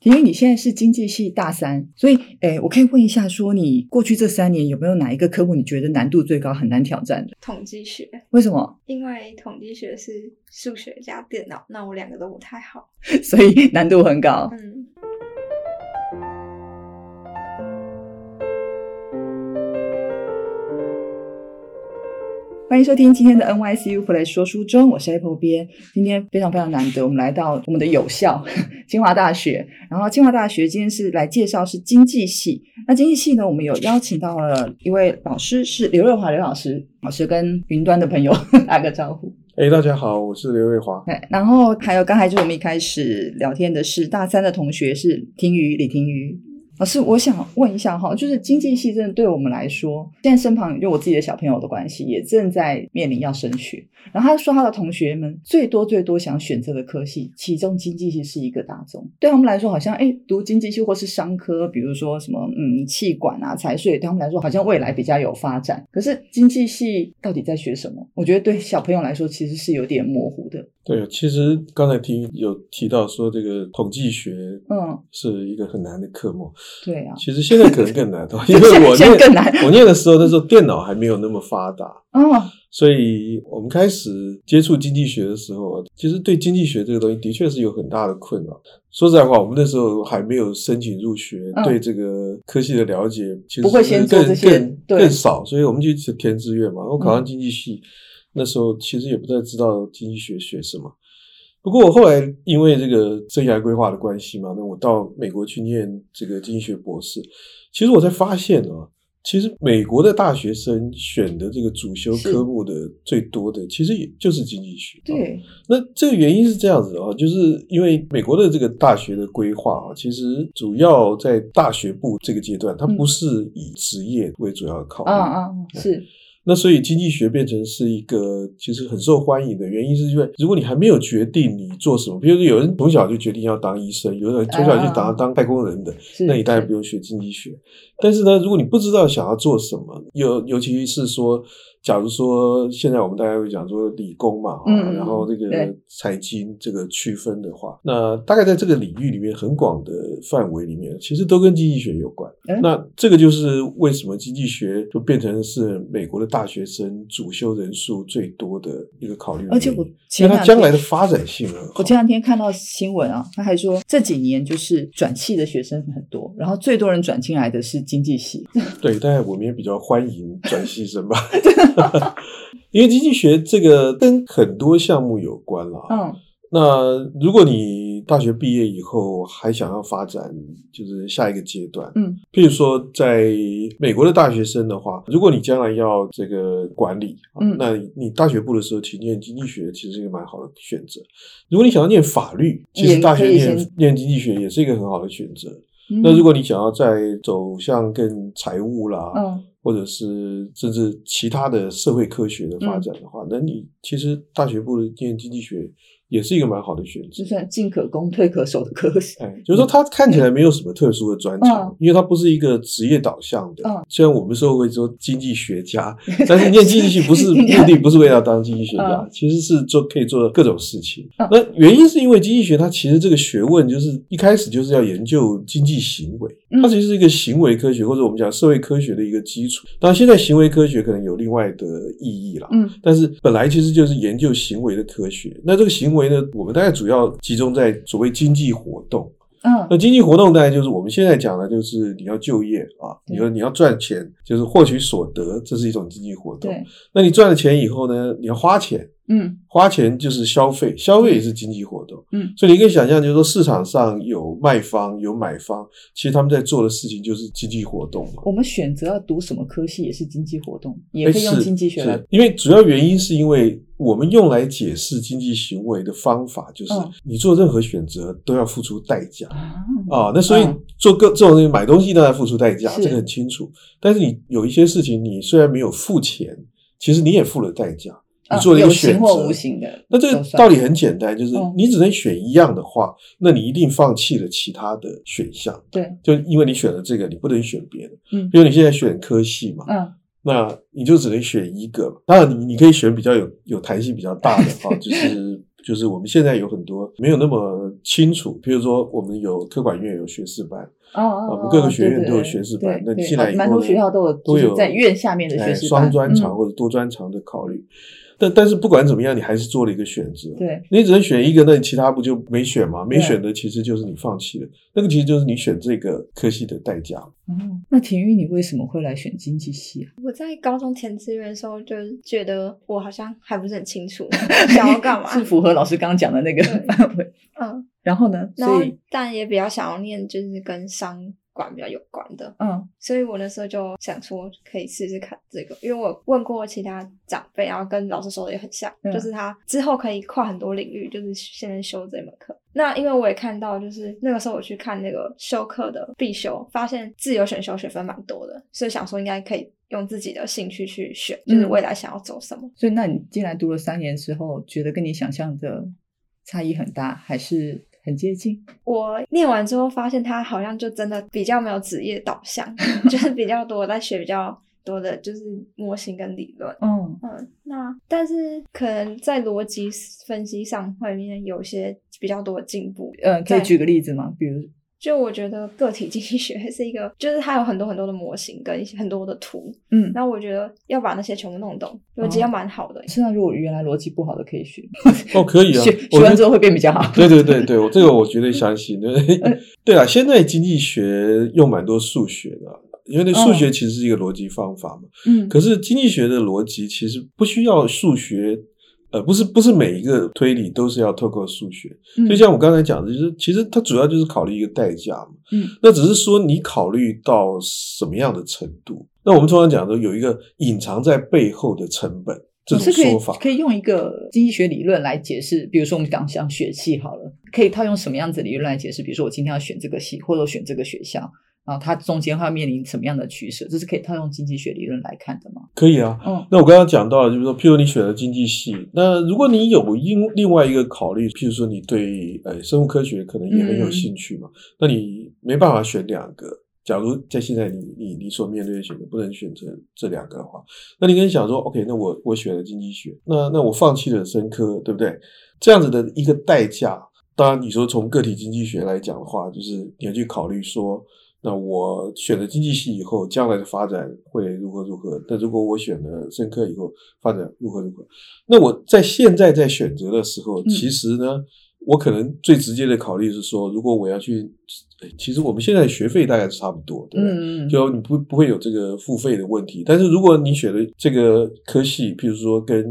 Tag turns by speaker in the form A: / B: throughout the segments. A: 婷婷，你现在是经济系大三，所以，诶，我可以问一下，说你过去这三年有没有哪一个科目你觉得难度最高、很难挑战的？
B: 统计学，
A: 为什么？
B: 因为统计学是数学加电脑，那我两个都不太好。
A: 所以难度很高。
B: 嗯，
A: 欢迎收听今天的 NYCU Play 说书中，我是 Apple 编。今天非常非常难得，我们来到我们的有校 清华大学。然后清华大学今天是来介绍是经济系。那经济系呢，我们有邀请到了一位老师，是刘瑞华刘老师。老师跟云端的朋友 打个招呼。
C: 哎，大家好，我是刘瑞华。
A: 对，然后还有刚才就我们一开始聊天的是大三的同学是婷瑜李婷瑜老师，我想问一下哈，就是经济系真的对我们来说，现在身旁就我自己的小朋友的关系，也正在面临要升学。然后他说他的同学们最多最多想选择的科系，其中经济系是一个大宗。对他们来说，好像哎读经济系或是商科，比如说什么嗯气管啊、财税，对他们来说好像未来比较有发展。可是经济系到底在学什么？我觉得对小朋友来说其实是有点模糊的。
C: 对，其实刚才听有提到说这个统计学，
A: 嗯，
C: 是一个很难的科目。
A: 对啊，
C: 其实现在可能更 难哦，因为我
A: 现在
C: 念
A: 更难
C: 我念的时候，那时候电脑还没有那么发达，
A: 哦，
C: 所以我们开始接触经济学的时候，啊其实对经济学这个东西的确是有很大的困扰。说实在话，我们那时候还没有申请入学，
A: 嗯
C: 对这个科系的了解其实
A: 不会
C: 是
A: 先做
C: 更
A: 这些
C: 更
A: 对
C: 更少，所以我们就去填志愿嘛。我
A: 嗯
C: 考上经济系，那时候其实也不太知道经济学学什么。不过我后来因为这个生涯规划的关系嘛，那我到美国去念这个经济学博士，其实我才发现啊，其实美国的大学生选的这个主修
A: 是
C: 科目的最多的，其实也就是经济学。啊
A: 对，
C: 那这个原因是这样子哦，就是因为美国的这个大学的规划啊，其实主要在大学部这个阶段，它
A: 嗯
C: 不是以职业为主要考虑。
A: 啊啊，嗯是，
C: 那所以经济学变成是一个其实很受欢迎的原因，是因为如果你还没有决定你做什么，比如说有人从小就决定要当医生，有人从小就
A: 啊
C: 当当太空人的，
A: 是
C: 那你当然不用学经济学。但是呢，如果你不知道想要做什么，尤尤其是说，假如说现在我们大家会讲说理工嘛，啊
A: 嗯
C: 然后这个
A: 对
C: 财经这个区分的话，那大概在这个领域里面很广的范围里面，其实都跟经济学有关。
A: 嗯
C: 那这个就是为什么经济学就变成是美国的大学生主修人数最多的一个考虑原因，
A: 而且我
C: 因
A: 前
C: 为
A: 两
C: 它将来
A: 天
C: 的发展性很好
A: 我。前两天看到新闻啊，他还说这几年就是转系的学生很多，然后最多人转进来的是经济系。
C: 对，但我们也比较欢迎转系生吧， 因为经济学这个跟很多项目有关啦。
A: 嗯，
C: 那如果你大学毕业以后还想要发展，就是下一个阶段，
A: 嗯，
C: 譬如说在美国的大学生的话，如果你将来要这个管理，啊
A: 嗯
C: 那你大学部的时候去念经济学其实是一个蛮好的选择。如果你想要念法律，其
A: 也
C: 实大学
A: 可以
C: 念
A: 先
C: 念经济学也是一个很好的选择。
A: 嗯
C: 那如果你想要再走向更财务啦，
A: 嗯
C: 或者是甚至其他的社会科学的
A: 嗯
C: 发展的话，那你其实大学部的念经济学也是一个蛮好的选择
A: 就。算进可攻退可守的科系。
C: 哎，就是说他看起来没有什么特殊的专长，
A: 嗯
C: 因为他不是一个职业导向的。
A: 嗯
C: 虽然我们说会说经济学家， 但是念经济系 不是目的，不是为了当经济学家，
A: 嗯
C: 其实是做可以做各种事情。
A: 嗯
C: 那原因是因为经济学它其实这个学问就是一开始就是要研究经济行为，
A: 嗯
C: 它其实是一个行为科学或者我们讲社会科学的一个基础。当然，现在行为科学可能有另外的意义啦。
A: 嗯
C: 但是本来其实就是研究行为的科学，那这个行为呢，我们大概主要集中在所谓经济活动，
A: 嗯
C: 那经济活动当然就是我们现在讲的，就是你要就业啊，
A: 对
C: 你要你要赚钱，就是获取所得，这是一种经济活动。
A: 对，
C: 那你赚了钱以后呢，你要花钱，
A: 嗯
C: 花钱就是消费，消费也是经济活动。
A: 嗯，
C: 所以你可以想象，就是说市场上有卖方有买方，其实他们在做的事情就是经济活动嘛。
A: 我们选择要读什么科系也是经济活动，也可以用
C: 哎是
A: 经济学
C: 是
A: 来。
C: 因为主要原因是因为我们用来解释经济行为的方法就是
A: 嗯，
C: 你做任何选择都要付出代价。
A: 啊
C: 啊，那所以
A: 嗯
C: 做各这种东西，买东西当然付出代价，
A: 是
C: 这个很清楚。但是你有一些事情，你虽然没有付钱，其实你也付了代价，你
A: 嗯
C: 做了一
A: 有
C: 个选
A: 形
C: 择。
A: 或无形的，
C: 那这个
A: 都算
C: 道理很简单，就是
A: 嗯
C: 你只能选一样的话，那你一定放弃了其他的选项。
A: 对，
C: 就因为你选了这个，你不能选别的。
A: 嗯
C: 比如你现在选科系嘛，
A: 嗯
C: 那你就只能选一个。当然你，你可以选比较有有弹性比较大的哈，就是就是我们现在有很多没有那么清楚，比如说我们有科管院有学士班，
A: 哦
C: 啊
A: 哦，
C: 我们各个
A: 哦
C: 学院
A: 对
C: 都有
A: 对
C: 学士
A: 对
C: 班那
A: 对
C: 进来
A: 好
C: 以
A: 蛮
C: 后
A: 多
C: 呢
A: 学校都有
C: 都
A: 就是
C: 有
A: 在院下面的学
C: 哎
A: 士
C: 双
A: 班
C: 专
A: 嗯
C: 长或者多专长的考虑。但但是不管怎么样，你还是做了一个选择。
A: 对
C: 你只能选一个，那你其他不就没选吗？没
A: 对
C: 选的其实就是你放弃了，那个其实就是你选这个科系的代价。
A: 哦，那体育你为什么会来选经济系啊？
B: 我在高中填志愿的时候，就觉得我好像还不是很清楚 想要干 嘛。
A: 是符合老师刚刚讲的那个
B: 对
A: 范围。
B: 嗯，
A: 然后呢？
B: 然后
A: 所以，
B: 但也比较想要念就是跟商管比较有关的，
A: 嗯，
B: 所以我那时候就想说可以试试看这个，因为我问过其他长辈，然后跟老师说的也很像，
A: 嗯
B: 就是他之后可以跨很多领域，就是现在修这门课。那因为我也看到，就是那个时候我去看那个修课的必修，发现自由选修学分蛮多的，所以想说应该可以用自己的兴趣去选，就是
A: 嗯
B: 未来想要走什么。
A: 所以那你进来读了三年之后，觉得跟你想象的差异很大，还是很接近？
B: 我念完之后发现，他好像就真的比较没有职业导向， 就是比较多在学比较多的就是模型跟理论。
A: 嗯，
B: 嗯，那但是可能在逻辑分析上会面有些比较多的进步。
A: 呃，可以
B: 在
A: 举个例子吗？比如，
B: 就我觉得个体经济学是一个，就是它有很多很多的模型跟一些很多的图，
A: 嗯，
B: 然后我觉得要把那些全部弄懂，逻辑
A: 哦
B: 要蛮好的。
A: 是那如果原来逻辑不好的可以学，
C: 哦，可以啊，
A: 学
C: 我
A: 学完
C: 就
A: 之后会变比较好。嗯
C: 对对 对对，我这个我绝对相信。对 对啊，现在经济学用蛮多数学的啊，因为那数学其实是一个逻辑方法嘛。
A: 嗯，
C: 可是经济学的逻辑其实不需要数学，呃，不是不是每一个推理都是要透过数学。
A: 嗯
C: 就像我刚才讲的，就是其实它主要就是考虑一个代价嘛。
A: 嗯，
C: 那只是说你考虑到什么样的程度。那我们通常讲的有一个隐藏在背后的成本这
A: 我
C: 种
A: 哦是可以
C: 说法，
A: 可以用一个经济学理论来解释，比如说我们刚讲学系好了，可以套用什么样子的理论来解释？比如说我今天要选这个系，或者我选这个学校，然后它中间会面临什么样的取舍？这是可以套用经济学理论来看的吗？
C: 可以啊。
A: 嗯
C: 那我刚刚讲到，就是说，譬如你选了经济系，那如果你有另另外一个考虑，譬如说你对呃生物科学可能也很有兴趣嘛，那你没办法选两个。假如在现在你你你所面对的选择不能选择这两个的话，那你可以想说，OK，那我我选了经济学，那那我放弃了生科，对不对？这样子的一个代价，当然你说从个体经济学来讲的话，就是你要去考虑说，那我选了经济系以后，将来的发展会如何如何？那如果我选了生科以后，发展如何如何？那我在现在在选择的时候，
A: 嗯
C: 其实呢，我可能最直接的考虑是说，如果我要去，哎其实我们现在学费大概是差不多，对不对？
A: 嗯，
C: 就你不不会有这个付费的问题，但是如果你选的这个科系，譬如说跟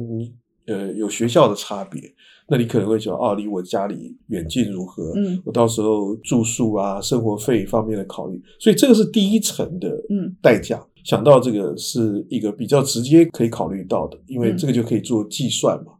C: 呃有学校的差别，那你可能会想，哦，离我家里远近如何？
A: 嗯
C: 我到时候住宿啊、生活费方面的考虑，所以这个是第一层的
A: 嗯
C: 代价。想到这个是一个比较直接可以考虑到的，因为
A: 嗯
C: 这个就可以做计算嘛。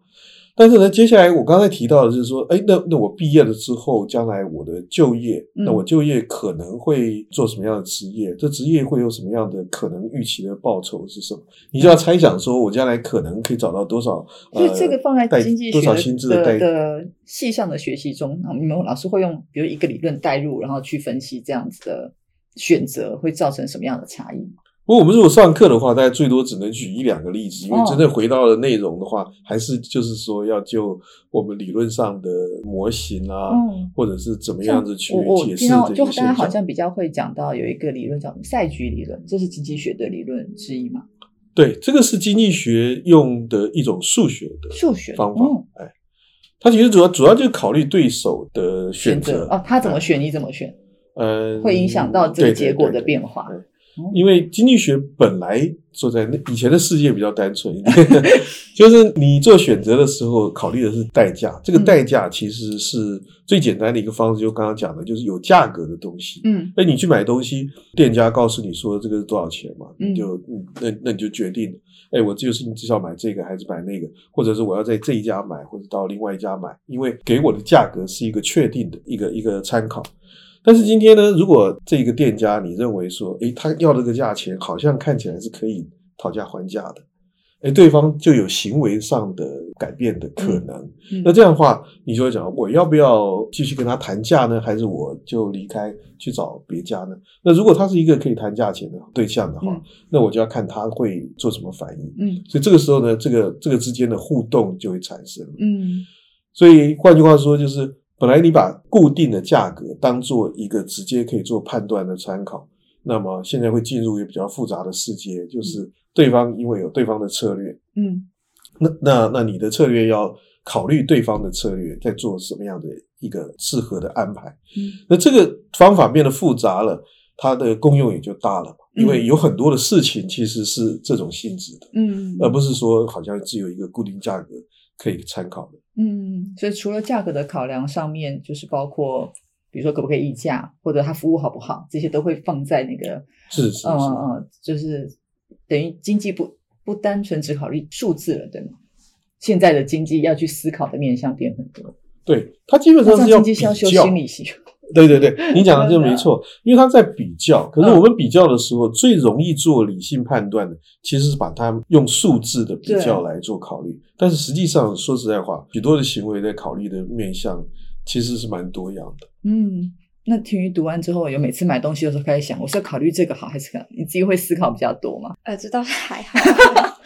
C: 但是呢，接下来我刚才提到的就是说，哎，那那我毕业了之后，将来我的就业，
A: 嗯
C: 那我就业可能会做什么样的职业？这职业会有什么样的可能预期的报酬是什么？你就要猜想说，我将来可能可以找到多少？
A: 嗯所以
C: 呃
A: 这个放在
C: 代
A: 经济
C: 多
A: 学
C: 少薪资
A: 的
C: 代
A: 的系上的学习中，那你们老师会用比如一个理论带入，然后去分析这样子的选择会造成什么样的差异？
C: 不过我们如果上课的话，大概最多只能举一两个例子，因为
A: 哦
C: 真正回到了内容的话，还是就是说要就我们理论上的模型啊，
A: 嗯
C: 或者是怎么
A: 像
C: 样子去
A: 我我
C: 解释
A: 听到
C: 这
A: 就
C: 些
A: 大家
C: 现
A: 好
C: 象。
A: 像比较会讲到有一个理论叫什么赛局理论，这是经济学的理论之一嘛？
C: 对，这个是经济学用的一种数学的
A: 数学
C: 方法
A: 嗯，
C: 哎、它其实主要主要就是考虑对手的选
A: 选
C: 择
A: 择哦，他怎么选你怎么选，
C: 呃，
A: 会影响到这个
C: 对对
A: 结果
C: 对
A: 的
C: 对
A: 变化。
C: 对因为经济学本来说在那以前的世界比较单纯一点， 就是你做选择的时候考虑的是代价，这个
A: 嗯
C: 代价其实是最简单的一个方式，就刚刚讲的，就是有价格的东西。
A: 嗯
C: 哎那你去买东西，店家告诉你说这个是多少钱嘛，
A: 嗯
C: 你就嗯那那你就决定，哎，我就是至少买这个还是买那个，或者是我要在这一家买，或者到另外一家买，因为给我的价格是一个确定的一个一个参考。但是今天呢，如果这个店家你认为说，哎，他要这个价钱，好像看起来是可以讨价还价的，哎，对方就有行为上的改变的可能。
A: 嗯
C: 那这样的话，你就会讲，我要不要继续跟他谈价呢？还是我就离开去找别家呢？那如果他是一个可以谈价钱的对象的话，
A: 嗯
C: 那我就要看他会做什么反应。
A: 嗯
C: 所以这个时候呢，这个这个之间的互动就会产生了。
A: 嗯
C: 所以换句话说，就是本来你把固定的价格当做一个直接可以做判断的参考，那么现在会进入一个比较复杂的世界，就是对方因为有对方的策略，
A: 嗯
C: 那那那你的策略要考虑对方的策略，在做什么样的一个适合的安排。
A: 嗯
C: 那这个方法变得复杂了，它的功用也就大了嘛，因为有很多的事情其实是这种性质的，
A: 嗯
C: 而不是说好像只有一个固定价格可以参考的。
A: 嗯，所以除了价格的考量上面，就是包括比如说可不可以议价，或者它服务好不好，这些都会放在那个
C: 是是是，
A: 嗯嗯，嗯，就是等于经济不不单纯只考虑数字了，对吗？现在的经济要去思考的面向变很多，
C: 对，它基本
A: 那
C: 上
A: 这
C: 是
A: 样经
C: 比
A: 济是要修
C: 较
A: 心。理 系。
C: 对对对，你讲的就没错，因为它在比较。可是
A: 啊嗯
C: 我们比较的时候，最容易做理性判断的，其实是把它用数字的比较来做考虑。但是实际上，说实在话，许多的行为在考虑的面向其实是蛮多样的。
A: 嗯，那婷瑜读完之后，有每次买东西的时候开始想，我是要考虑这个好还是考？你自己会思考比较多吗？
B: 呃，这倒是还好。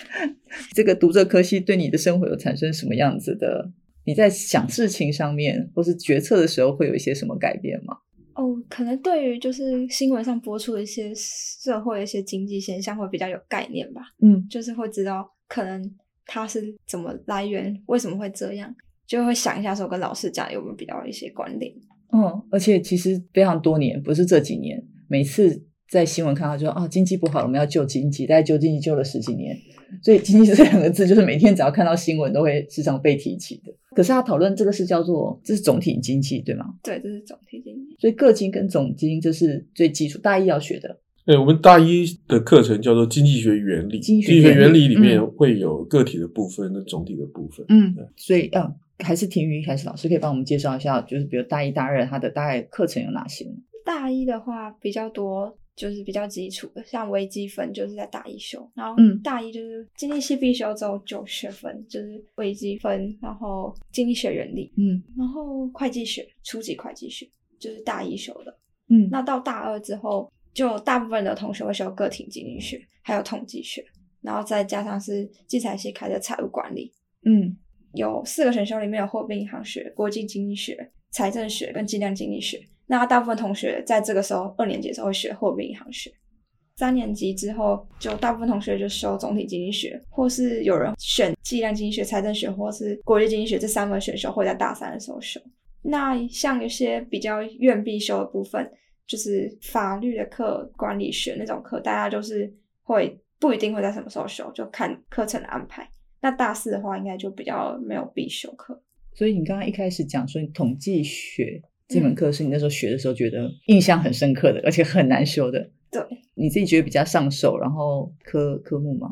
A: 这个读这科系对你的生活有产生什么样子的？你在想事情上面或是决策的时候会有一些什么改变吗？
B: 哦，可能对于就是新闻上播出的一些社会一些经济现象会比较有概念吧，
A: 嗯
B: 就是会知道可能它是怎么来源，为什么会这样，就会想一下说跟老师讲有没有比较一些关联。
A: 嗯，而且其实非常多年，不是这几年，每次在新闻看到就说啊经济不好，我们要救经济，大概救经济救了十几年，所以经济这两个字就是每天只要看到新闻都会时常被提起的。可是他讨论这个是叫做这是总体经济对吗？
B: 对，这是总体经济。
A: 所以个经跟总经这是最基础，大一要学的。
C: 哎对，我们大一的课程叫做经济学原理，
A: 经济学
C: 济学
A: 原
C: 原
A: 理
C: 理里面
A: 嗯
C: 会有个体的部分跟总体的部分。
A: 嗯，所以嗯，还是体育还是老师可以帮我们介绍一下，就是比如大一、大二它的大概课程有哪些呢？
B: 大一的话比较多，就是比较基础的，像微积分就是在大一修，然后
A: 嗯
B: 大一就是经济系必修只有九学分，就是微积分，然后经济学原理，
A: 嗯
B: 然后会计学，初级会计学就是大一修的。
A: 嗯
B: 那到大二之后，就大部分的同学会修个体经济学，还有统计学，然后再加上是计财系开的财务管理，
A: 嗯
B: 有四个选修，里面有货币银行学、国际经济学、财政学跟计量经济学。那大部分同学在这个时候，二年级的时候会学货币银行学。三年级之后，就大部分同学就修总体经济学，或是有人选计量经济学、财政学或是国际经济学这三门选修会在大三的时候修。那像有些比较院必修的部分，就是法律的课、管理学那种课，大家就是会不一定会在什么时候修，就看课程的安排。那大四的话，应该就比较没有必修课。
A: 所以你刚刚一开始讲说，你统计学这门课是你那时候学的时候觉得印象很深刻的，而且很难修的。
B: 对，
A: 你自己觉得比较上手，然后科科目嘛，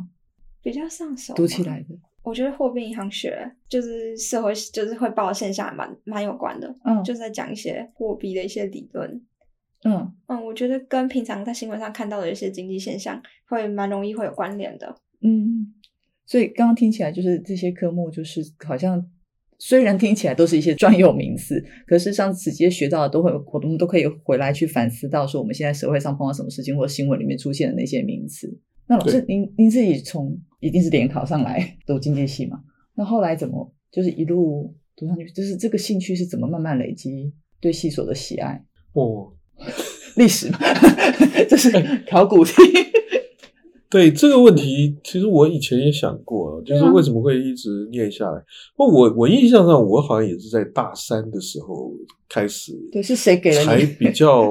B: 比较上手。
A: 读起来，的，
B: 我觉得货币银行学就是社会就是汇报的现象还蛮蛮有关的，
A: 嗯
B: 就是在讲一些货币的一些理论。
A: 嗯
B: 嗯，我觉得跟平常在新闻上看到的一些经济现象会蛮容易会有关联的。
A: 嗯。所以刚刚听起来就是这些科目，就是好像虽然听起来都是一些专有名词，可是上直接学到的都会，我们都可以回来去反思到说我们现在社会上碰到什么事情，或者新闻里面出现的那些名词。那老师，您您自己从一定是联考上来读经济系嘛？那后来怎么就是一路读上去，就是这个兴趣是怎么慢慢累积对系所的喜爱？
C: 哦，
A: 历史嘛， 这是考古题。
C: 对这个问题，其实我以前也想过，就是
A: 对啊
C: 为什么会一直念下来。不，我我印象上，我好像也是在大三的时候开始，
A: 对，是谁给了
C: 才
A: 你？
C: 比较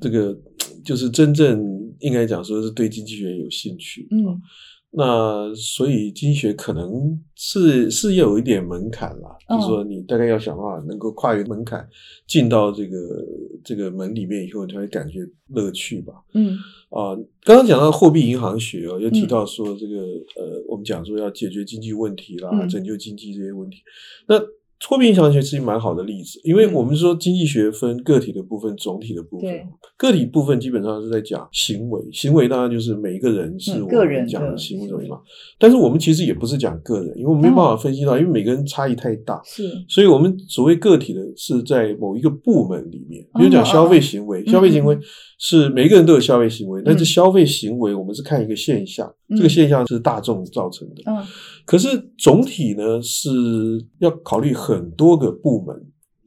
C: 这个，就是真正应该讲说是对经济学有兴趣。啊
A: 嗯
C: 那所以经济学可能是是有一点门槛啦，
A: 嗯
C: 就是说你大概要想办法能够跨越门槛，进到这个这个门里面以后，你才会感觉乐趣吧。
A: 嗯
C: 啊、刚刚讲到货币银行学哦，又
A: 嗯
C: 提到说这个、呃，我们讲说要解决经济问题啦，
A: 嗯
C: 拯救经济这些问题。那货币银行学是一个蛮好的例子，因为
A: 嗯
C: 我们说经济学分个体的部分、总体的部分
A: 对。
C: 个体部分基本上是在讲行为，行为当然就是每一个人是
A: 嗯
C: 我
A: 个人
C: 们
A: 的
C: 讲的行
A: 行为
C: 为嘛。但是我们其实也不是讲个人，因为我们没办法
A: 哦
C: 分析到，因为每个人差异太大。
A: 是
C: 所以我们所谓个体的是在某一个部门里面，比如
A: 哦
C: 讲
A: 哦嗯
C: 消费
A: 哦
C: 行为，为，消费行为是每个人都有消费行为，但是消费行为我们是看一个现象，
A: 嗯
C: 这个现象是大众造成的。
A: 嗯
C: 可是总体呢是要考虑很多个部门，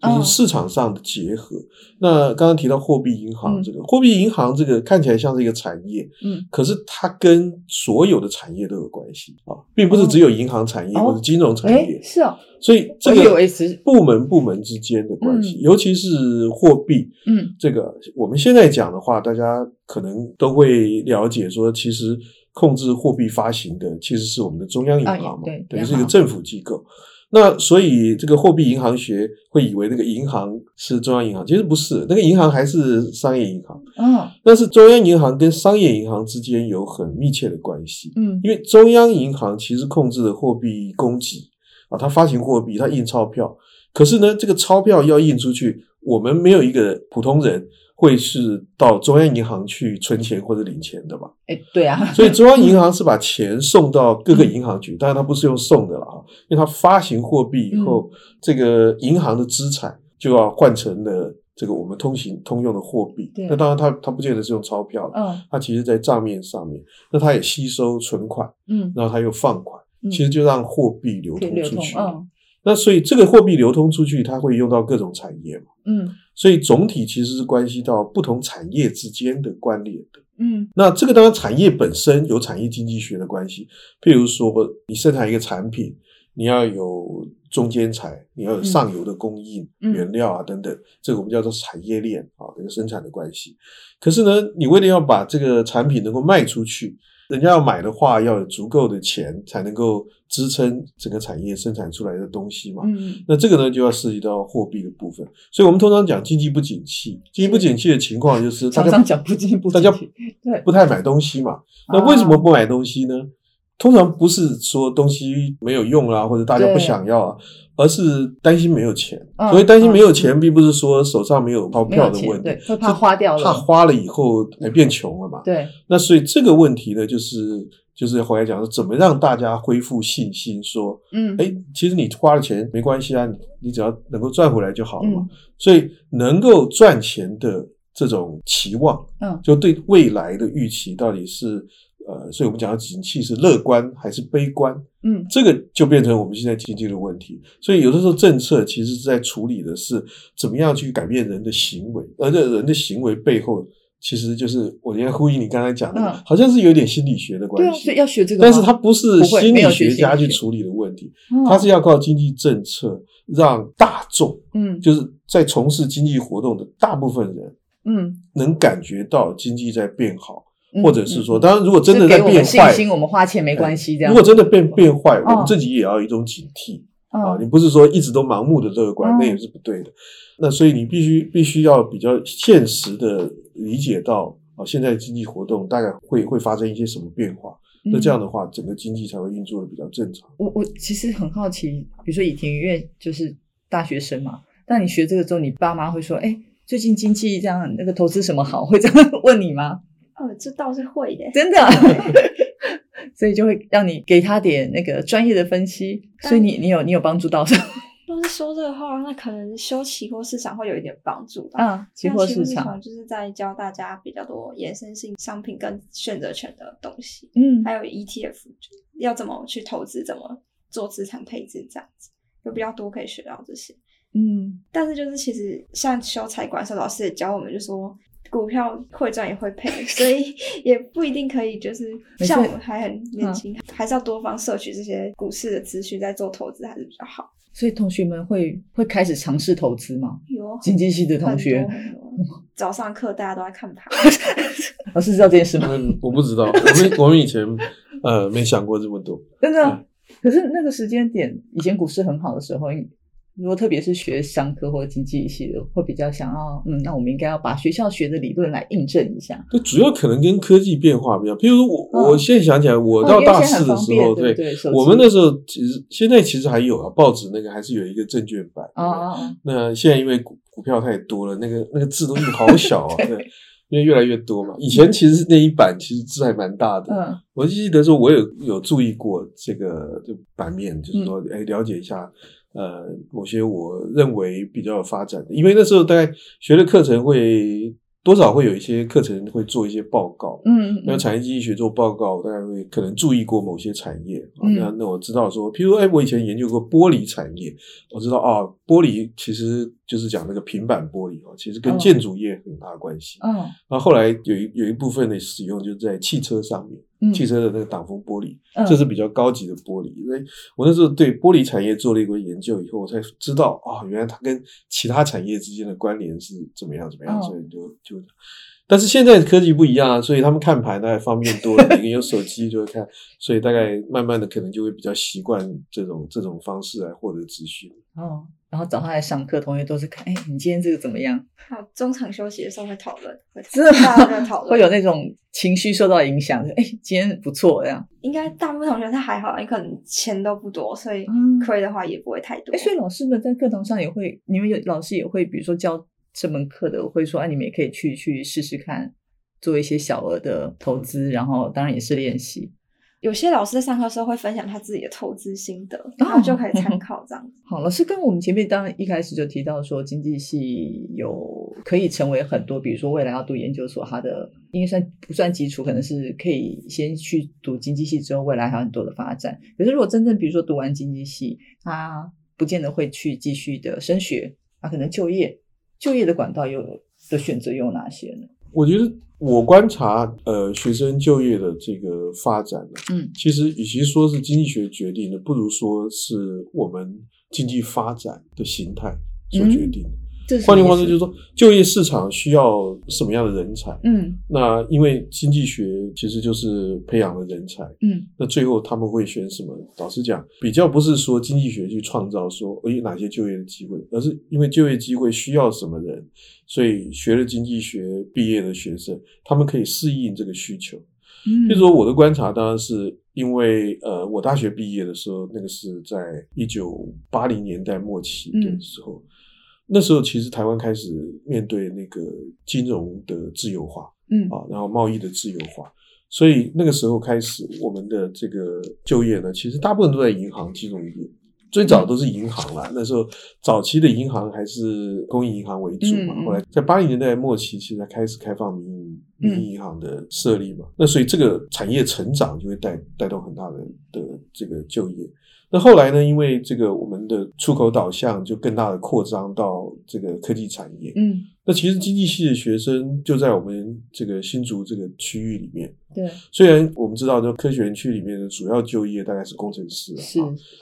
C: 就
A: 哦
C: 是市场上的结合。那刚刚提到货币银行
A: 嗯
C: 这个，货币银行这个看起来像是一个产业，
A: 嗯，
C: 可是它跟所有的产业都有关系啊，并不是只有银行产业
A: 哦
C: 或者金融产
A: 哎
C: 业，。
A: 是哦，
C: 所以这
A: 我以
C: 个
A: 为是
C: 部门部门之间的关系，
A: 嗯
C: 尤其是货币
A: 嗯
C: 这个，我们现在讲的话，大家可能都会了解说，其实控制货币发行的其实是我们的中央银行
A: 啊
C: 嘛，
A: 对
C: 等于
A: 央
C: 是一个
A: 行
C: 政府机构。那所以这个货币银行学会以为那个银行是中央银行，其实不是，那个银行还是商业银行，
A: 哦
C: 但是中央银行跟商业银行之间有很密切的关系。
A: 嗯
C: 因为中央银行其实控制了货币供给啊，它发行货币，它印钞票。可是呢，这个钞票要印出去，我们没有一个普通人会是到中央银行去存钱或者领钱的吧？
A: 哎对啊，
C: 所以中央银行是把钱送到各个银行去，当然它不是用送的了啊，因为它发行货币以后，这个银行的资产就要换成了这个我们通行通用的货币
A: 对。
C: 那当然它，它不见得是用钞票了，
A: 嗯
C: 它其实在账面上面，那它也吸收存款。
A: 嗯
C: 然后它又放款，
A: 嗯
C: 其实就让货币流
A: 可以
C: 通
A: 流
C: 出
A: 通
C: 去。
A: 嗯
C: 那所以这个货币流通出去，它会用到各种产业嘛，
A: 嗯
C: 所以总体其实是关系到不同产业之间的关联的。
A: 嗯
C: 那这个当然产业本身有产业经济学的关系，譬如说你生产一个产品，你要有中间材，你要有上游的供应、
A: 嗯
C: 原料啊等等，这个我们叫做产业链啊，这个生产的关系。可是呢，你为了要把这个产品能够卖出去，人家要买的话，要有足够的钱才能够支撑整个产业生产出来的东西嘛。
A: 嗯
C: 那这个呢，就要涉及到货币的部分，所以我们通常讲经济不景气。经济不景气的情况就是大
A: 常
C: 家
A: 常讲不进不
C: 大
A: 进
C: 家
A: 去，对哦
C: 不太买东西嘛。
A: 啊
C: 那为什么不买东西呢？通常不是说东西没有用啊，或者大家
A: 对
C: 不想要啊，而是担心没有钱。
A: 嗯
C: 所以担心没有钱，并不是说手上没有钞
A: 没
C: 票
A: 有
C: 的
A: 钱
C: 问题
A: 对，，会怕花掉
C: 怕
A: 了，
C: 花了以后哎变穷了嘛。
A: 对
C: 那所以这个问题呢，就是就是回来讲说，怎么让大家恢复信心，说，
A: 嗯
C: 哎，其实你花了钱没关系啊，你你只要能够赚回来就好了嘛。
A: 嗯
C: 所以能够赚钱的这种期望，
A: 嗯
C: 就对未来的预期到底是呃，所以我们讲的景气是乐观还是悲观，
A: 嗯
C: 这个就变成我们现在经济的问题。所以有的时候政策其实是在处理的是怎么样去改变人的行为，而这人的行为背后其实就是我觉得呼应你刚才讲的，
A: 嗯
C: 好像是有点心理学的
A: 对
C: 关
A: 啊，
C: 系
A: 所以。要学这个吗，
C: 但是它不是
A: 不会
C: 心
A: 没有
C: 理
A: 学
C: 学家
A: 心
C: 去
A: 理学
C: 处理的问题，
A: 嗯
C: 它是要靠经济政策让大众，
A: 嗯
C: 就是在从事经济活动的大部分人，
A: 嗯，
C: 能感觉到经济在变好，
A: 嗯
C: 或者是说，
A: 嗯
C: 当然如果真的
A: 是
C: 在
A: 给我
C: 变
A: 们信
C: 坏，哎
A: 心，我们花钱没关系这样，
C: 如果真的变变坏，
A: 嗯
C: 我们自己也要有一种警惕啊！你
A: 嗯
C: 不是说一直都盲目的乐观
A: 嗯，
C: 那也是不对的。那所以你必须必须要比较现实的理解到啊，现在经济活动大概会会发生一些什么变化。
A: 嗯
C: 那这样的话，整个经济才会运作的比较正常。
A: 我我其实很好奇，比如说以前因为就是大学生嘛，那你学这个之后，你爸妈会说，哎，最近经济这样，那个投资什么好，会这样 问你吗？
B: 哦，这倒是会的。
A: 真 的，所以就会让你给他点那个专业的分析，所以你你有你有帮助到是 吧？
B: 要是说这个话，那可能修期货市场会有一点帮助吧。
A: 啊，期货
B: 那
A: 市
B: 市
A: 场，
B: 就是在教大家比较多衍生性商品跟选择权的东西，
A: 嗯
B: 还有 ETF 就要怎么去投资，怎么做资产配置这样子，有比较多可以学到这些。
A: 嗯
B: 但是就是其实像修财管的时候，老师也教我们，就说股票会赚也会赔， 所以也不一定可以就是
A: 没错嗯
B: 像我们还很年轻，还是要多方摄取这些股市的资讯，再做投资还是比较好。
A: 所以同学们会会开始尝试投资吗？
B: 有
A: 经济系的同学，嗯
B: 很多很多早上课大家都在看 盘，
A: 老师知道这件事吗？
C: 嗯，我不知道，我 们我们以前呃没想过这么多。
A: 真的
C: 嗯。
A: 可是那个时间点，以前股市很好的时候，你如果特别是学商科或经济系的，会比较想要，嗯，那我们应该要把学校学的理论来印证一下。
C: 那主要可能跟科技变化比较，譬如说我、
A: 嗯
C: 我现在想起来，我
A: 哦
C: 到
A: 因为
C: 大
A: 现在
C: 四
A: 很
C: 的
A: 方
C: 时
A: 便
C: 候，
A: 对不对手
C: 我们
A: 机
C: 那时候其实现在其实还有啊，报纸那个还是有一个证券版
A: 啊啊，啊
C: 那现在因为股股票太多了，那个那个字都印好小 啊，对，因为越来越多嘛。以前其实那一版其实字还蛮大的，
A: 嗯
C: 我记得说我有有注意过这个这个版面，
A: 嗯
C: 就是说哎了解一下。呃，某些我认为比较有发展的，因为那时候大概学的课程会多少会有一些课程会做一些报告。
A: 嗯，嗯
C: 那产业经济学做报告，我大概会可能注意过某些产业啊。
A: 嗯
C: 那那我知道说，譬如哎，我以前研究过玻璃产业，我知道啊，玻璃其实就是讲那个平板玻璃啊，其实跟
A: 嗯
C: 建筑业很大关系。
A: 嗯
C: 然后后来有一有一部分的使用就是在汽车上面，
A: 嗯，
C: 汽车的那个挡风玻璃，
A: 嗯
C: 这是比较高级的玻璃。因为我那时候对玻璃产业做了一个研究以后，我才知道啊、原来它跟其他产业之间的关联是怎么样怎么样，
A: 哦
C: 所以就就。但是现在科技不一样啊，所以他们看盘大概方便多了，每个人有手机就会看，所以大概慢慢的可能就会比较习惯这种这种方式来获得资讯。
A: 哦，然后早上来上课，同学都是看，哎，你今天这个怎么样？
B: 好，中场休息的时候会讨论，会讨
A: 真的
B: 大家都在讨论，
A: 会有那种情绪受到影响，就哎，今天不错这样。
B: 应该大部分同学他还好，因为可能钱都不多，所以
A: 嗯
B: 亏的话也不会太多。
A: 哎，所以老师们在课堂上也会，你们有老师也会，比如说教这门课的，会说，哎、你们也可以去去试试看，做一些小额的投资，然后当然也是练习。
B: 有些老师在上课的时候会分享他自己的投资心得，
A: 哦
B: 然后就可以 参考这样子。
A: 好，老师跟我们前面当然一开始就提到说，经济系有可以成为很多，比如说未来要读研究所，它的因为算不算基础，可能是可以先去读经济系之后，未来还有很多的发展。可是如果真正比如说读完经济系，他不见得会去继续的升学，他可能就业，就业的管道又的选择又有哪些呢？
C: 我觉得我观察呃学生就业的这个发展啊呢，
A: 嗯
C: 其实与其说是经济学决定的，不如说是我们经济发展的形态所决定的。
A: 这是
C: 换
A: 嗯
C: 句
A: 什么
C: 话
A: 意
C: 说，
A: 思
C: 就是说就业市场需要什么样的人才？
A: 嗯
C: 那因为经济学其实就是培养了人才，
A: 嗯
C: 那最后他们会选什么？老实讲，比较不是说经济学去创造说诶哪些就业的机会，而是因为就业机会需要什么人，所以学了经济学毕业的学生，他们可以适应这个需求。
A: 嗯，
C: 譬如说，我的观察当然是因为呃，我大学毕业的时候，那个是在一九八零年代末期的
A: 嗯
C: 时候，那时候其实台湾开始面对那个金融的自由化
A: 嗯
C: 啊，然后贸易的自由化，所以那个时候开始，我们的这个就业呢，其实大部分都在银行、金融业。最
A: 嗯
C: 早都是银行啦，那时候早期的银行还是公营银行为主嘛，
A: 嗯嗯
C: 后来在八零年代末期，其实才开始开放民营
A: 嗯
C: 民营银行的设立嘛，那所以这个产业成长就会带带动很大的的这个就业。那后来呢，因为这个我们的出口导向就更大的扩张到这个科技产业，
A: 嗯
C: 那其实经济系的学生就在我们这个新竹这个区域里面。
A: 对
C: 虽然我们知道，就科学园区里面的主要就业大概是工程师啊，
A: 是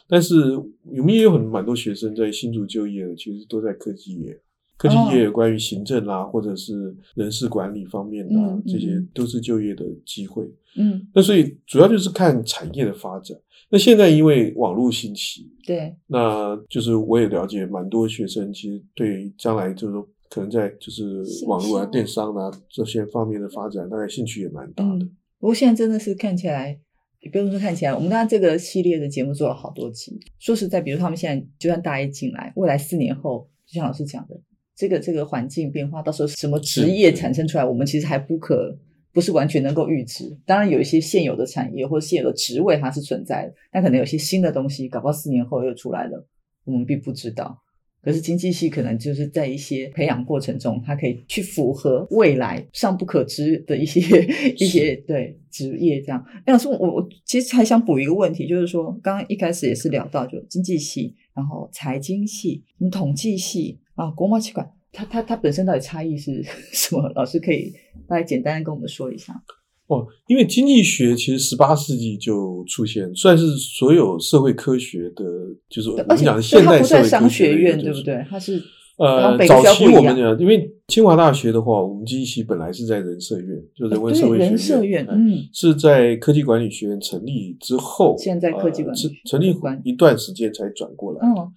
C: 但是我们也有很蛮多学生在新竹就业的，其实都在科技业。科技
A: 哦
C: 业有关于行政啦、或者是人事管理方面啦、
A: 嗯嗯
C: 这些都是就业的机会。
A: 嗯
C: 那所以主要就是看产业的发展。那现在因为网络兴起，
A: 对
C: 那就是我也了解蛮多学生，其实对于将来就是说可能在就是网络啊、
B: 信息
C: 电商啊这些方面的发展，大概兴趣也蛮大的。
A: 嗯，不过现在真的是看起来，也不用说看起来，我们刚刚这个系列的节目做了好多集。说实在，比如他们现在就算大一进来，未来四年后，就像老师讲的，这个这个环境变化，到时候什么职业产生出来，我们其实还不可。不是完全能够预知，当然有一些现有的产业或现有的职位它是存在的，但可能有些新的东西，搞不好四年后又出来了，我们并不知道。可是经济系可能就是在一些培养过程中，它可以去符合未来尚不可知的一些 一些对职业这样。哎，老师，我我其实还想补一个问题，就是说刚刚一开始也是聊到，就经济系，然后财经系、什么统计系啊，国贸系管，它它它本身到底差异是 什么？老师可以大概简单地跟我们说一下。
C: 哦，因为经济学其实十八世纪就出现，算是所有社会科学的，就是我
A: 而
C: 们
A: 且
C: 讲的
A: 对
C: 现
A: 它
C: 代
A: 不
C: 社
A: 在
C: 会科
A: 商学
C: 学的一个
A: 院，
C: 就
A: 对不
C: 是
A: 对？它是然后
C: 呃，
A: 北
C: 早
A: 校
C: 期
A: 不一
C: 我们
A: 样
C: 讲，因为清华大学的话，我们经济系本来是在人社院，就人文社
A: 呃
C: 会
A: 对
C: 学
A: 人社院，
C: 哎
A: 嗯
C: 是在科技管理学院成立之后，
A: 现在科技管理
C: 呃
A: 学院
C: 成成立
A: 管
C: 一段时间才转过来。
A: 哦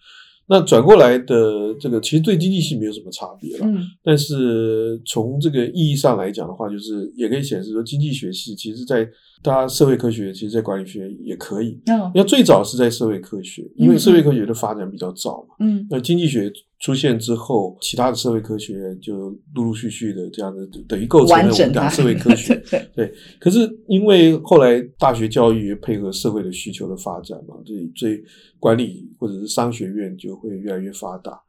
C: 那转过来的这个其实对经济系没有什么差别了，
A: 嗯
C: 但是从这个意义上来讲的话，就是也可以显示说，经济学系其实在大家社会科学，其实在管理学也可以。
A: 哦
C: 要最早是在社会科学，因为社会科学的发展比较早嘛。
A: 嗯
C: 那经济学出现之后，其他的社会科学就陆陆续续的这样子，等于构成了
A: 完
C: 我
A: 整
C: 们
A: 它
C: 讲社会科学
A: 对。对
C: 可是因为后来大学教育也配合社会的需求的发展嘛，所以所以管理或者是商学院就会越来越发达。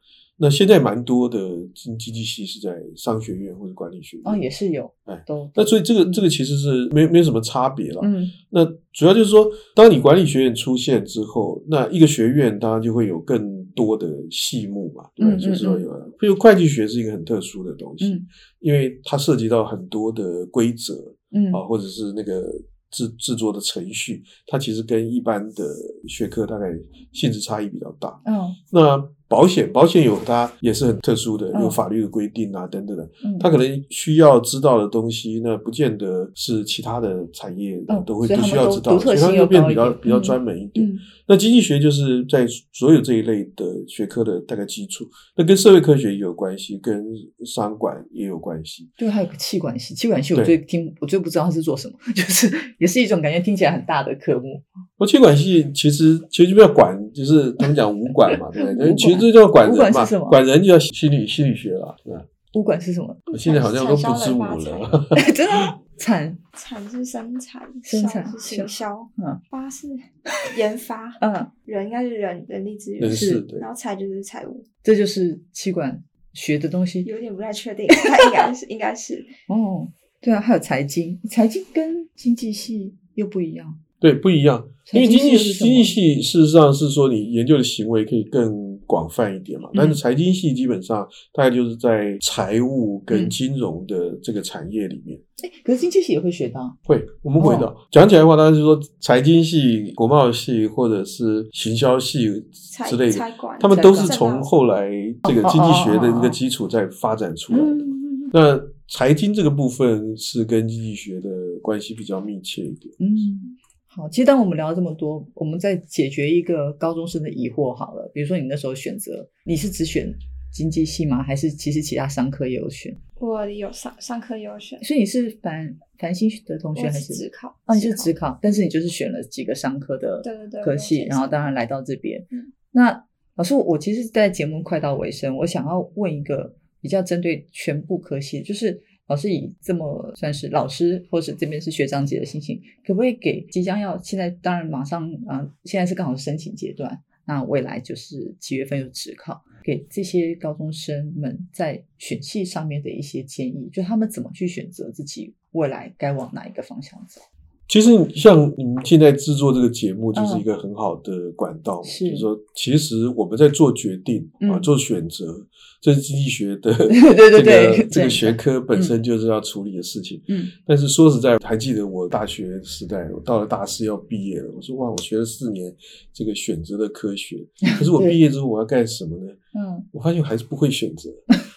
C: 那现在蛮多的经经济系是在商学院或者管理学院。
A: 哦，也是有，
C: 哎
A: 都，
C: 那所以这个这个其实是没没有什么差别了。
A: 嗯
C: 那主要就是说，当你管理学院出现之后，那一个学院当然就会有更多的细目嘛，对吧？
A: 嗯嗯
C: 就是说有，比如会计学是一个很特殊的东西，
A: 嗯
C: 因为它涉及到很多的规则
A: 嗯
C: 啊，或者是那个制制作的程序，它其实跟一般的学科大概性质差异比较大。
A: 嗯
C: 那保险，保险有它也是很特殊的，
A: 嗯
C: 有法律的规定啊，等等的。
A: 嗯，
C: 他可能需要知道的东西，那不见得是其他的产业
A: 嗯
C: 都会
A: 所以
C: 必
A: 他
C: 须
A: 们
C: 要
A: 都
C: 知道，
A: 独特
C: 所以它
A: 性
C: 就
A: 又
C: 变
A: 高
C: 比
A: 一
C: 较
A: 点
C: 比较
A: 嗯
C: 专门一点。
A: 嗯
C: 那经济学就是在所有这一类的学科的大概基础，那跟社会科学也有关系，跟商管也有关系。
A: 对，还有个气管系，气管系我最
C: 对
A: 听我最不知道它是做什么， 就是也是一种感觉听起来很大的科目，
C: 我气管系其实其实就要管，就是他们讲武管 嘛，对不对？其实这叫管
A: 武
C: 人
A: 管
C: 嘛
A: 是什，么
C: 管人就要心理心理学了，对吧？
A: 物管是什么？
C: 我现在好像都不知
B: 产
C: 武
B: 销人
C: 了
B: 发。
A: 真的吗产
B: 产是生产，
A: 生
B: 销
A: 产
B: 是行销，
A: 嗯，
B: 发是研发，
A: 嗯，
B: 人应该是人人力资源，
C: 人事 对
B: 然后财就是财务，
A: 这就是气管学的东西
B: 有点不太确定，它应该是应该 是
A: 哦。对啊，还有财经，财经跟经济系又不一样。
C: 对，不一样，因为
A: 财
C: 经
A: 经系
C: 济
A: 是什
C: 经济
A: 么
C: 系事实上是说你研究的行为可以更广泛一点嘛，但是财经系基本上大概就是在财务跟
A: 嗯
C: 金融的这个产业里面。
A: 哎，可是经济系也会学到
C: 会，我们回到、讲起来的话，当然是说财经系、国贸系或者是行销系
B: 财
C: 之类的，
B: 财管，
C: 他们
A: 财
C: 都
A: 管
C: 是从后来这个
A: 哦
C: 经济
A: 哦
C: 学的
A: 哦
C: 一个
A: 哦
C: 基础在发展出来的。
B: 嗯，
C: 那财经这个部分是跟经济学的关系比较密切一点。
A: 嗯，好，其实当我们聊了这么多，我们再解决一个高中生的疑惑好了。比如说你那时候选择，你是只选经济系吗？还是其实其他商科也有选？
B: 我有上上课也有选，
A: 所以你是繁繁星的同学
B: 我
A: 还是？
B: 是职考，
A: 啊，你是
B: 职
A: 职考，但是你就是选了几个商科的
B: 对对对
A: 科
B: 我
A: 系，
B: 有
A: 然后
B: 选
A: 当然来到这边
B: 嗯。
A: 那老师，我其实，在节目快到尾声，我想要问一个比较针对全部科系，就是老师以这么算是老师，或是这边是学长姐的心情，可不可以给即将要现在当然马上啊、呃现在是刚好申请阶段，那未来就是七月份有职考，给这些高中生们在选系上面的一些建议，就他们怎么去选择自己未来该往哪一个方向走。
C: 其实像你们现在制作这个节目，就是一个很好的管道
A: 嗯
C: 嘛，
A: 是
C: 就是说，其实我们在做决定、啊，
A: 嗯
C: 做选择，这是经济学的
A: 对对对
C: 这个这个
A: 对
C: 学科本身就是要处理的事情。
A: 嗯，
C: 但是说实在，还记得我大学时代，我到了大四要毕业了，我说哇，我学了四年这个选择的科学，可是我
A: 对
C: 毕业之后我要干什么呢？
A: 嗯
C: 我发现我还是不会选择。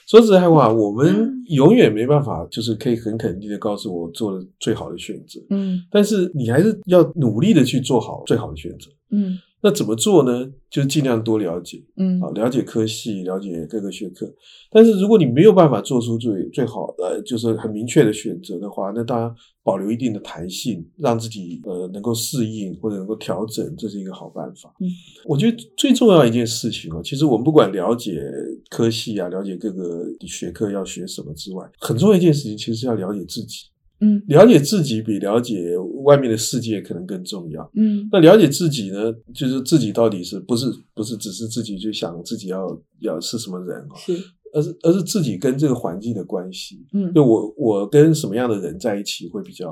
C: 说实在话，我们永远没办法，就是可以很肯定的告诉我做了最好的选择。
A: 嗯
C: 但是你还是要努力的去做好最好的选择。
A: 嗯
C: 那怎么做呢？就是尽量多了解
A: 嗯
C: 啊，了解科系，了解各个学科。但是如果你没有办法做出最最好的，就是很明确的选择的话，那当然保留一定的弹性，让自己呃能够适应或者能够调整，这是一个好办法。
A: 嗯，
C: 我觉得最重要的一件事情啊，其实我们不管了解科系啊，了解各个学科要学什么之外，很重要一件事情，其实是要了解自己。
A: 嗯
C: 了解自己比了解外面的世界可能更重要。
A: 嗯
C: 那了解自己呢，就是自己到底是不是不是只是自己就想自己要要是什么人哦，
A: 是
C: 而是而是自己跟这个环境的关系。
A: 嗯
C: 就我我跟什么样的人在一起会比较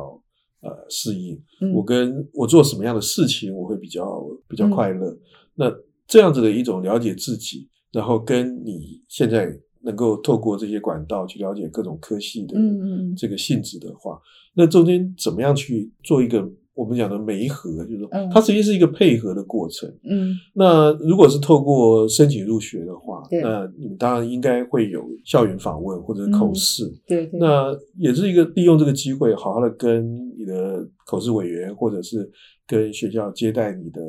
C: 呃适应，
A: 嗯
C: 我跟我做什么样的事情我会比较比较
A: 嗯
C: 快乐。那这样子的一种了解自己，然后跟你现在能够透过这些管道去了解各种科系的
A: 嗯嗯嗯
C: 这个性质的话，那中间怎么样去做一个我们讲的媒合，就是说
A: 嗯
C: 它实际是一个配合的过程。
A: 嗯
C: 那如果是透过申请入学的话，
A: 对嗯
C: 那你们当然应该会有校园访问或者口试，
A: 对对
C: 那也是一个利用这个机会，好好的跟你的口试委员，或者是跟学校接待你的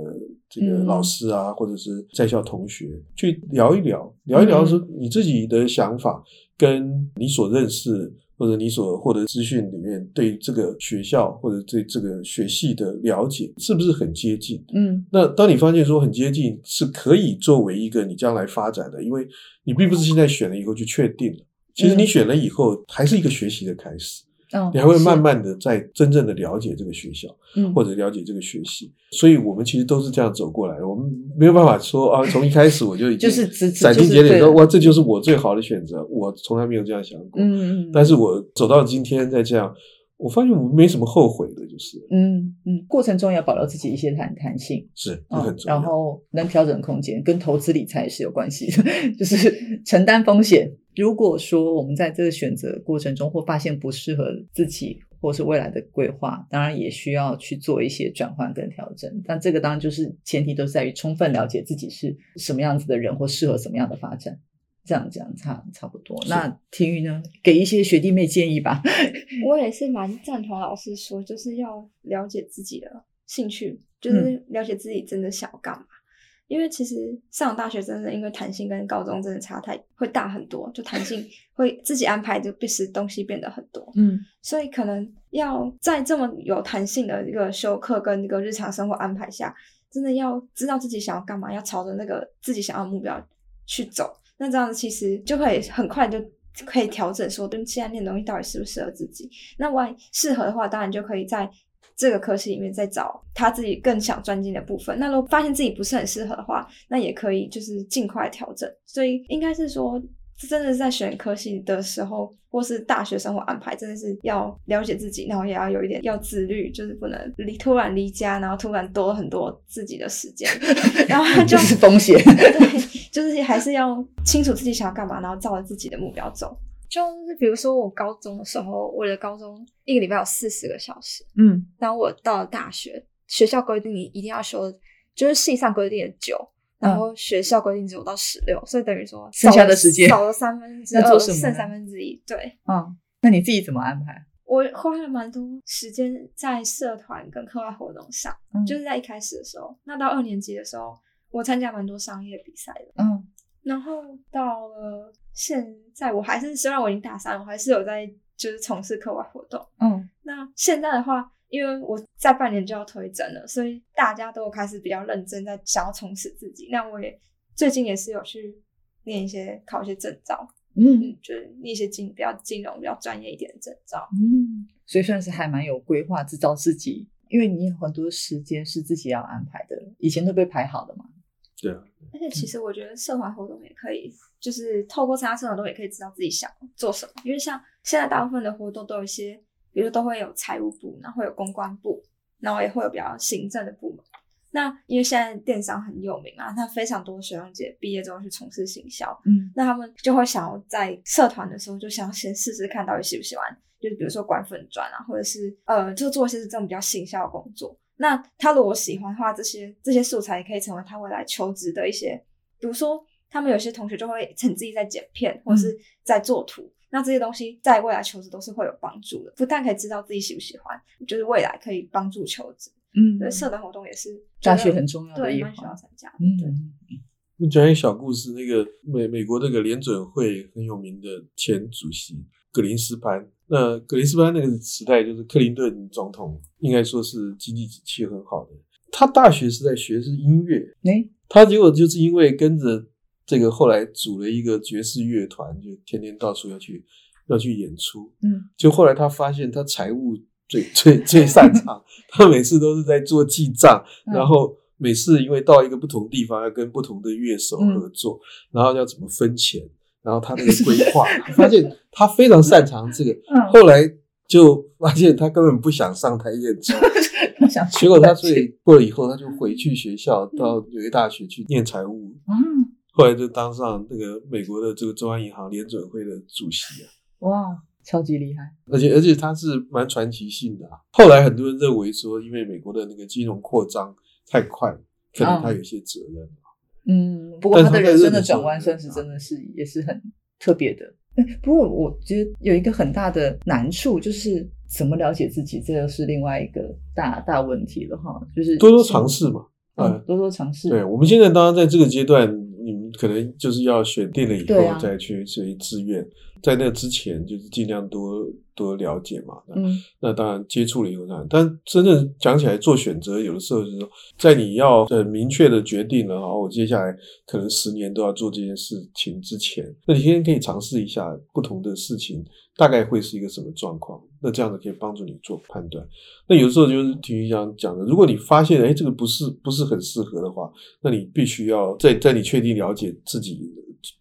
C: 这个
A: 嗯
C: 老师啊，或者是在校同学去聊一聊，聊一聊
A: 嗯
C: 说你自己的想法，跟你所认识或者你所获得资讯里面对这个学校或者对这个学系的了解是不是很接近？
A: 嗯
C: 那当你发现说很接近，是可以作为一个你将来发展的，因为你并不是现在选了以后就确定了，其实你选了以后还是一个学习的开始。
A: 嗯，
C: 你还会
A: 是
C: 慢慢的在真正的了解这个学校。
A: 嗯
C: 或者了解这个学习，所以我们其实都是这样走过来的。我们没有办法说啊，从一开始我就已
A: 就
C: 经
A: 是直
C: 斩钉截
A: 就是
C: 铁
A: 对
C: 说
A: 了
C: 哇，这就是我最好的选择。我从来没有这样想过，
A: 嗯嗯，
C: 但是我走到今天再这样，我发现我没什么后悔的，就是
A: 嗯嗯，过程中要保留自己一些弹弹性，
C: 是这
A: 嗯，
C: 很重要。
A: 然后能调整空间，跟投资理财也是有关系的， 就是承担风险。如果说我们在这个选择过程中或发现不适合自己或是未来的规划，当然也需要去做一些转换跟调整。但这个当然就是前提都是在于充分了解自己是什么样子的人或适合什么样的发展。这样这样差差不多。
C: 是
A: 那体育呢，给一些学弟妹建议吧。
B: 我也是蛮赞同老师说，就是要了解自己的兴趣，就是了解自己真的想要干嘛。因为其实上大学真的因为弹性跟高中真的差太会大很多，就弹性会自己安排就必使东西变得很多，
A: 嗯
B: 所以可能要在这么有弹性的一个修课跟一个日常生活安排下，真的要知道自己想要干嘛，要朝着那个自己想要的目标去走。那这样子其实就会很快就可以调整说，对现在念的东西到底适不适合自己。那万一适合的话，当然就可以在这个科系里面再找他自己更想专精的部分。那如果发现自己不是很适合的话，那也可以就是尽快调整。所以应该是说，真的是在选科系的时候，或是大学生活安排，真的是要了解自己，然后也要有一点要自律，就是不能离突然离家，然后突然多了很多自己的时间， 然后就
A: 就是风险
B: 对，就是还是要清楚自己想要干嘛，然后照着自己的目标走。
D: 就是比如说我高中的时候，我的高中一个礼拜有四十个小时，
A: 嗯
D: 然后我到了大学，学校规定你一定要修，就是系上规定的九。
B: 嗯
D: 然后学校规定只有到十六，所以等于说
A: 剩
D: 少
A: 下
D: 了
A: 的时间
D: 少了三分 之
A: 那做
D: 二，
A: 什么呢
D: 剩三分之一。对
A: 嗯，那你自己怎么安排？
B: 我花了蛮多时间在社团跟课外活动上，
A: 嗯
B: 就是在一开始的时候，那到二年级的时候，我参加蛮多商业比赛的。
A: 嗯
B: 然后到了现在，我还是虽然我已经大三，我还是有在就是从事课外活动。
A: 嗯
B: 那现在的话，因为我在半年就要推甄了，所以大家都有开始比较认真在想要充实自己。那我也最近也是有去念一些考一些证照，
A: 嗯
B: 嗯，就是念一些金比较金融比较专业一点的证照。
A: 嗯，所以算是还蛮有规划，知道自己，因为你有很多时间是自己要安排的，以前都被排好的嘛。
B: 而且其实我觉得社团活动也可以，就是透过参加社团活动也可以知道自己想做什么。因为像现在大部分的活动都有一些，比如说都会有财务部，然后会有公关部，然后也会有比较行政的部门。那因为现在电商很有名啊，那非常多学长姐毕业之后去从事行销，
A: 嗯
B: 那他们就会想要在社团的时候就想要先试试看到底喜不喜欢，就是比如说管粉砖啊，或者是呃，就做一些这种比较行销的工作。那他如果喜欢的话，这些这些素材也可以成为他未来求职的一些，比如说他们有些同学就会很自己在剪片，或
A: 嗯
B: 是在做图。那这些东西在未来求职都是会有帮助的，不但可以知道自己喜不喜欢，就是未来可以帮助求职。
A: 嗯
B: 所以社团活动也是
A: 大学很重要的
B: 对
A: 一
B: 蛮需要
A: 环。
B: 参加的。对，
A: 嗯，
C: 我讲一个小故事，那个美美国那个联准会很有名的前主席格林斯潘，那格林斯潘那个时代就是克林顿总统，应该说是经济景气很好的。他大学是在学是音乐，
A: 哎，
C: 他结果就是因为跟着这个，后来组了一个爵士乐团，就天天到处要去要去演出。
A: 嗯，
C: 就后来他发现他财务最最最擅长， 他每次都是在做记账，
A: 嗯
C: 然后每次因为到一个不同地方要跟不同的乐手
A: 嗯
C: 合作，然后要怎么分钱，然后他那个 规划，发现他非常擅长这个。
A: 嗯，
C: 后来就发现他根本不想上台演出，
A: 我想
C: 结果他所以过了以后，他就回去学 校，到纽约大学去念财务，
A: 嗯
C: 后来就当上那个美国的这个中央银行联准会的主席啊。
A: 哇，超级厉害。
C: 而且而且他是蛮传奇性的啊。后来很多人认为说，因为美国的那个金融扩张太快，可能他有些责任。
A: 哦嗯，不过
C: 但
A: 他的
C: 是他在
A: 人生
C: 日
A: 的
C: 本
A: 转
C: 做
A: 弯
C: 得
A: 算
C: 很
A: 是
C: 好
A: 真的是也是很特别的。哎不过我觉得有一个很大的难处就是怎么了解自己，这又是另外一个大大问题了哈。就是
C: 多多尝，试嘛，
A: 嗯
C: 哎，
A: 多多尝试。
C: 对，我们现在当然在这个阶段，你们可能就是要选定了以
A: 对
C: 后
A: 啊
C: 再去去志愿，在那之前就是尽量多多了解嘛。那
A: 嗯，
C: 那当然接触了以后，当然，但真正讲起来做选择，有的时候就是说，在你要很明确的决定了，然后我接下来可能十年都要做这件事情之前，那你先可以尝试一下不同的事情大概会是一个什么状况，那这样子可以帮助你做判断。那有时候就是体育讲讲的，如果你发现哎这个不是不是很适合的话，那你必须要在在你确定了解自己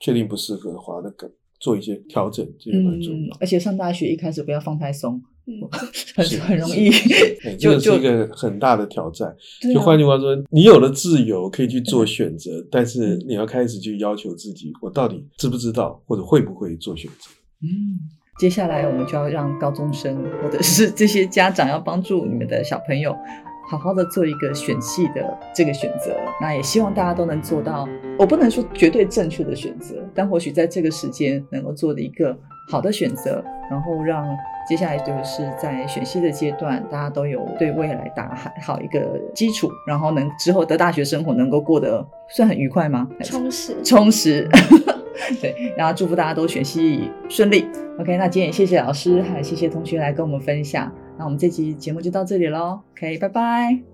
C: 确定不适合的话，那个做一些调整，这也蛮重
A: 嗯
C: 要。，
A: 而且上大学一开始不要放太松，
B: 嗯，
A: 很
C: 是
A: 很容
C: 是
A: 易
C: 是哎这
A: 就
C: 个是
A: 就
C: 一个很大的挑战。
A: 对
C: 就
A: 啊
C: 换句话说，你有了自由可以去做选择，但是
A: 嗯
C: 你要开始去要求自己，我到底知不知道或者会不会做选择？
A: 嗯，接下来我们就要让高中生或者是这些家长要帮助你们的小朋友，好好的做一个选系的这个选择。那也希望大家都能做到，我不能说绝对正确的选择，但或许在这个时间能够做的一个好的选择，然后让接下来就是在选系的阶段，大家都有对未来打好一个基础，然后能之后的大学生活能够过得算很愉快吗？还是
B: 充实，
A: 充实。 对，然后祝福大家都选戏顺利。OK，那今天也谢谢老师，还有谢谢同学来跟我们分享。那我们这期节目就到这里喽。OK，拜拜。